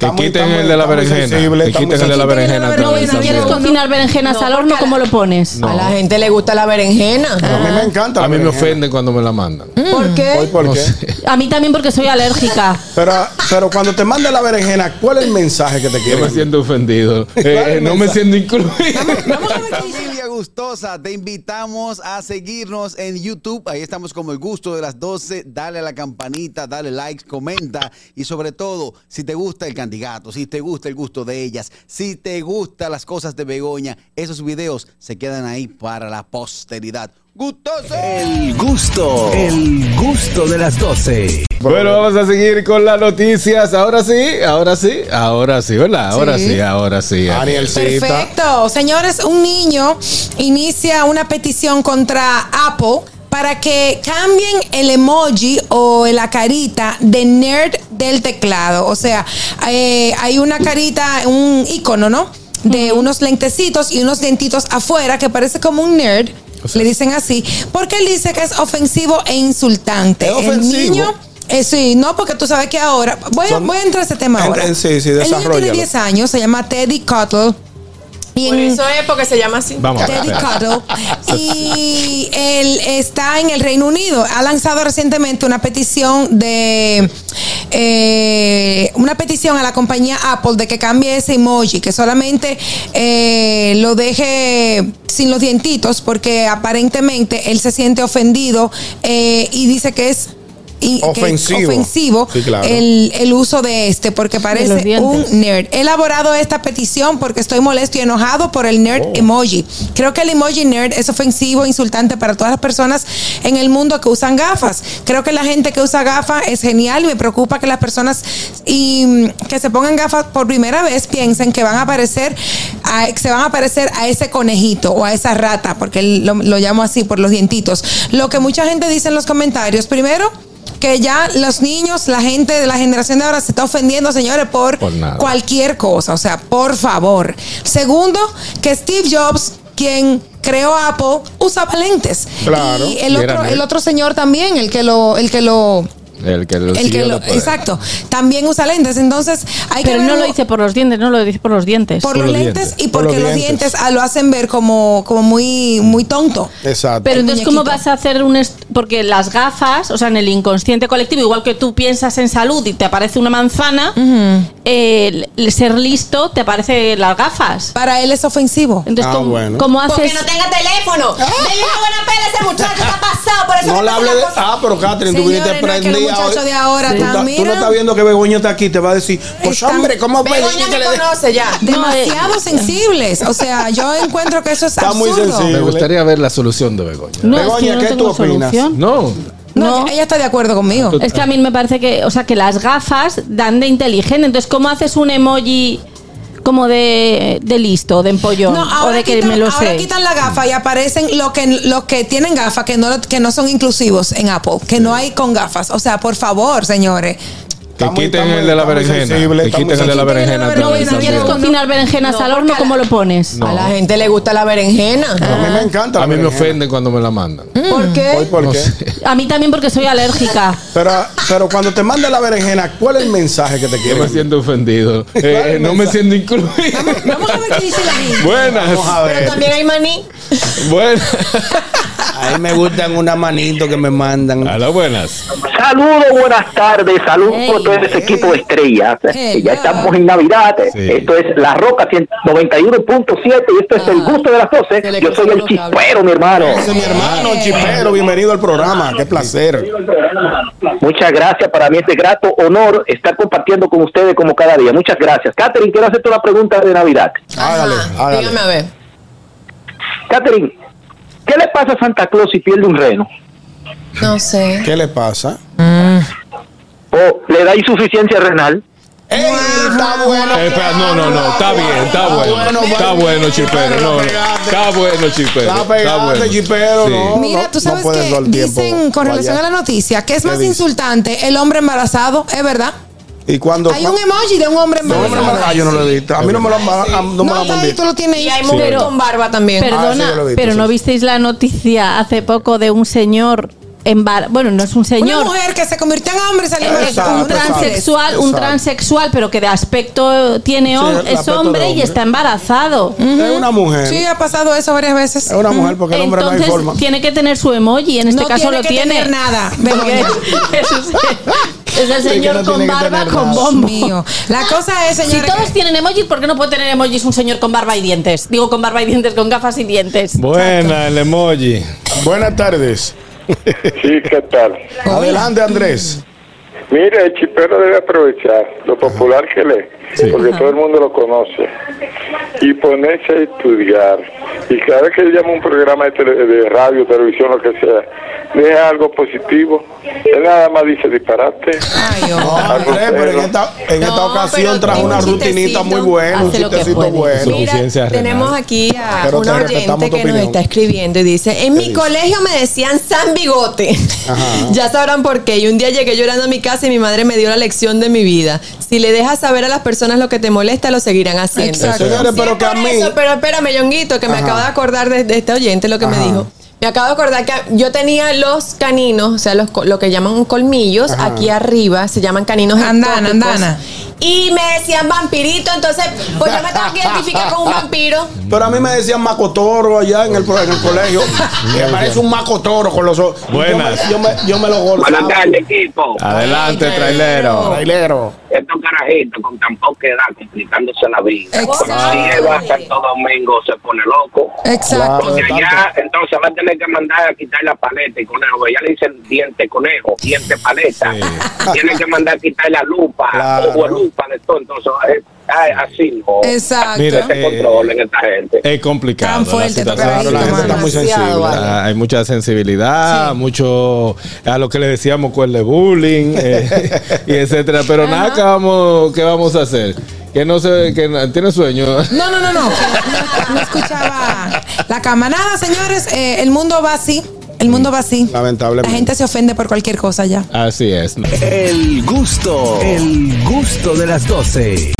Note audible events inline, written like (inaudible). Que Está muy- quiten está el muy- de la está muy berenjena. sensible, Que está muy quiten el de la sensible. berenjena. No, también, si quieres también. cocinar berenjenas No, al horno, porque- ¿cómo lo pones? No. A la gente le gusta la berenjena. A mí me encanta. la A mí me berenjena. ofenden cuando me la mandan. ¿Por Voy qué? por No qué. sé. A mí también porque soy alérgica. Pero, pero cuando te manda la berenjena, ¿cuál es el mensaje que Yo te me quieren? siento (laughs) ofendido. Eh, eh, no me siento (laughs) incluido. Familia gustosa, te invitamos a seguirnos en YouTube. Ahí estamos como el gusto de las 12. Dale a la campanita, dale like, comenta y sobre todo, si te gusta el candidato, si te gusta el gusto de ellas, si te gustan las cosas de Begoña, esos videos se quedan ahí para la posteridad. ¡Gustoso! El gusto, el gusto de las 12. Bueno, vamos a seguir con las noticias. Ahora sí, ahora sí, ahora sí, ¿verdad? Ahora sí, Sí. ahora sí. Anielcita. Perfecto. Señores, un niño inicia una petición contra Apple para que cambien el emoji o la carita de nerd del teclado. O sea, eh, hay una carita, un icono, ¿no? De unos lentecitos y unos dentitos afuera que parece como un nerd. le dicen así. Porque él dice que es ofensivo e insultante. ¿Es ofensivo? El niño. eh, sí, no, porque tú sabes que ahora. Voy, a- Son- voy a entrar a ese tema Ent- sí, ahora. sí, el niño tiene desarróllalo. 10 años, se llama Teddy Cuttle. Y Por en- eso es porque se llama así. Vamos. Teddy espera. Cuttle. Y él está en el Reino Unido. Ha lanzado recientemente una petición de eh, una petición a la compañía Apple de que cambie ese emoji, que solamente eh, lo deje sin los dientitos, porque aparentemente él se siente ofendido eh, y dice que es y- que es Ofensivo. ofensivo Sí, claro. el, el uso de este, porque los parece un dientes. nerd. He elaborado esta petición porque estoy molesto y enojado por el nerd emoji. Creo que el emoji nerd es ofensivo, insultante para todas las personas en el mundo que usan gafas. Creo que la gente que usa gafas es genial y me preocupa que las personas y, mm, que se pongan gafas por primera vez piensen que van a aparecer, a- que se van a parecer a ese conejito o a esa rata, porque lo, lo llamo así por los dientitos. Lo que mucha gente dice en los comentarios, primero, que ya los niños, la gente de la generación de ahora se está ofendiendo, señores, por, Por nada. cualquier cosa. O sea, por favor. Segundo, que Steve Jobs, quien creó Apple, usaba lentes. Claro, Y el y era otro, nerd. el otro señor también, el que lo, el que lo. El que lo El que siguió lo, lo puede. exacto, también usa lentes. Entonces, (laughs) hay que Pero no verlo lo dice por los dientes, no lo dice por los dientes. por, Por los los lentes dientes. y Por porque los los dientes. dientes ah, lo hacen ver como, como muy, muy tonto. Exacto. Pero El entonces, ¿cómo muñequito. vas a hacer un.? est- Porque las gafas, o sea, en el inconsciente colectivo, igual que tú piensas en salud y te aparece una manzana, eh, el ser listo te aparece las gafas. Para él es ofensivo. Entonces, Ah, ¿cómo, bueno. cómo Porque haces? no tenga teléfono. Dele una buena pela a ese muchacho, está pasado. Por eso No ¿Ah? le le pasa hable la de. cosa. Ah, pero Catherine, tú Señores, viniste no es que prendida. los muchachos hoy. de ahora Tú están, ta- tú no mira. estás viendo que Begoña está aquí, te va a decir, pues Están- hombre, ¿cómo puede Begoña decir que me le de- conoce ya. Demasiado No, eh. sensibles. O sea, yo encuentro que eso es Está muy absurdo. sensible. Me gustaría ver la solución de Begoña. No, es que Begoña, yo no ¿qué tengo tú opinas? solución. No. No, No. ella está de acuerdo conmigo. Es que a mí me parece que, o sea, que las gafas dan de inteligente. Entonces, ¿cómo haces un emoji como de, de listo, de empollón? No, o ahora, de que quitan, me lo ahora sé. quitan la gafa y aparecen los que, los que tienen gafas que no, que no son inclusivos en Apple, que no hay con gafas. O sea, por favor, señores. Que Está muy- quiten está el muy- de la está muy sensible, berenjena. Que está muy quiten el de la sensible. berenjena. Quiten el de la también, Si quieres también. cocinar berenjenas No, al horno, porque ¿cómo la- lo pones? No. A la gente le gusta la berenjena. A Ah. mí me encanta. la A mí me berenjena. ofenden cuando me la mandan. ¿Por Voy qué? por No qué. sé. A mí también porque soy alérgica. Pero, pero cuando te manda la berenjena, ¿cuál es el mensaje que te Yo quieren? me siento (laughs) ofendido. Eh, Claro, eh, no me siento incluido. Vamos a ver (laughs) qué dice la gente. Buenas. Vamos a ver. También hay maní. Buenas. (laughs) A mí me gustan una manito que me mandan. A las buenas. Saludos, buenas tardes, saludos Hey. por todo ese equipo de estrellas. Hey, que yeah. ya estamos en Navidad. Sí. Esto es La Roca 91.7 y esto es El Gusto de las 12. Yo soy el chispero, mi hermano. Ese es mi hermano, Ah. Chipero, bienvenido al programa. Qué placer. Muchas gracias, para mí es de grato honor estar compartiendo con ustedes como cada día. Muchas gracias. Catherine, quiero hacerte una pregunta de Navidad. Hágale, Ajá, hágale. Dígame a ver. Catherine, ¿qué le pasa a Santa Claus si pierde un reno? No sé. ¿Qué le pasa? ¿O le da insuficiencia renal? ¡Ey, está bueno! Eh, espera, no, no, no. Está bien, está bueno. Está bueno, chipero. No, no. Está bueno, chipero. La Está pegaste, bueno. Chipero, Sí. no. no, Mira, tú no sabes puedes que todo el tiempo dicen con para relación allá. a la noticia que es ¿Qué más dice? insultante el hombre embarazado, ¿es verdad? ¿Y cuando Hay un emoji de un hombre No, hombre, embarazado. ah, yo no lo he visto. A mí no me lo han a- a- no me lo No, han está ahí, tú mandado. lo tienes. ahí. Y hay mujer pero- con barba también. Ah, sí, Perdona, yo lo he visto, pero sí, ¿no sí. visteis la noticia hace poco de un señor embar- bueno, no es un señor. eh, Una mujer que se convirtió en hombre y salió Exacto, un transexual, un Exacto. transexual, pero que de aspecto tiene Sí, hom- el es aspecto de hombre y hombre. está embarazado. Es una mujer. Sí, ha pasado eso varias veces. Es una mujer porque el hombre no hay Entonces forma. tiene que tener su emoji, en este No caso tiene lo que tiene. tener nada, (laughs) Porque Begoña. es, (laughs) es el que señor no con tiene que barba tener con nada. bombo. Mío. La cosa es, Si señores, todos tienen emojis, ¿por qué no puede tener emojis un señor con barba y dientes? Digo, con barba y dientes, con gafas y dientes. Buena, el emoji. Buenas tardes. Sí, ¿qué tal? Adelante, Andrés. Mire, el chipero debe aprovechar lo popular que le, Sí. porque todo el mundo lo conoce, y ponerse a estudiar. Y cada vez que llama un programa de, tele- de radio, televisión, lo que sea, deja algo positivo. Él nada más dice disparate. (laughs) Ay, No, oh. Algo Andrés, pero en serio. esta, en esta No, ocasión pero trajo tiene una un rutinita chistecito, muy buena, un hace lo que chistecito puede. bueno. Mira, Insuficiencia renal. tenemos aquí a Pero un te oyente respetamos tu que nos opinión. está escribiendo y dice, en mi dice? colegio me decían San Bigote. ya sabrán por qué. Y un día llegué llorando a mi casa y mi madre me dio la lección de mi vida. Si le dejas saber a las personas lo que te molesta, lo seguirán haciendo. Exacto. Señores, Sí, pero que a por mí. eso, pero espérame, Yonguito, que me acabo de acordar de, de este oyente lo que me Ajá. dijo. Me acabo de acordar que yo tenía los caninos, o sea, los, co- lo que llaman colmillos, Ajá. aquí arriba, se llaman caninos Andana, ectópicos. andana. Y me decían vampirito, entonces, pues yo me tengo que identificar con un vampiro. Pero a mí me decían macotoro allá en el, pro- en el colegio. me parece un macotoro con los ojos. Yo me- Buenas. Yo me, yo me lo Buenas golpeaba. tardes, equipo. Ah. Adelante, trailero. Trailero. Estos carajitos con tan poca edad complicándose la vida. Exacto. Bueno, si él va a Santo Domingo, se pone loco. Exacto. Porque Tanto. allá entonces va a tener que mandar a quitar la paleta y conejo. porque Ya le dicen diente conejo, diente paleta. (laughs) Tiene que mandar a quitar la lupa, Claro. o lupa de todo. Entonces, eh, ay, así no. Exacto. Mira, Se eh, controlen esta gente. Es complicado. Tan la fuerte, situación. tan Claro, la Ay, gente está muy demasiado, sensible. vale. Ah, hay mucha sensibilidad, mucho a lo que le decíamos cuerda de bullying eh, y etcétera. Pero nada, ¿qué vamos, qué vamos a hacer? Que no se, que na- tiene (laughs) sueño. No, no, no, no. No, no escuchaba la cama. Nada, señores, eh, el mundo va así. El mundo va así. Lamentablemente. La gente se ofende por cualquier cosa ya. Así es. El gusto, el gusto de las doce.